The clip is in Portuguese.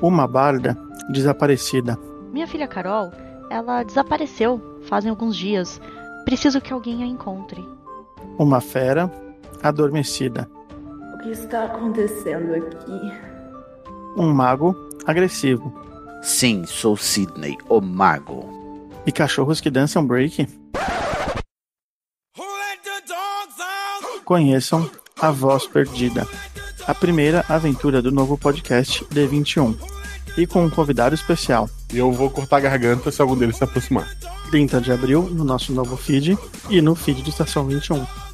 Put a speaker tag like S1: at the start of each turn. S1: uma barda desaparecida.
S2: Minha filha Carol, ela desapareceu fazem alguns dias. Preciso que alguém a encontre.
S1: Uma fera adormecida.
S3: O que está acontecendo aqui?
S1: Um mago agressivo.
S4: Sim, sou Sidney, o mago.
S1: E cachorros que dançam break. Conheçam A Voz Perdida, a primeira aventura do novo podcast D21. E com um convidado especial,
S5: E eu vou cortar a garganta se algum deles se aproximar.
S1: 30 de abril, no nosso novo feed e um. no feed do Estação 21.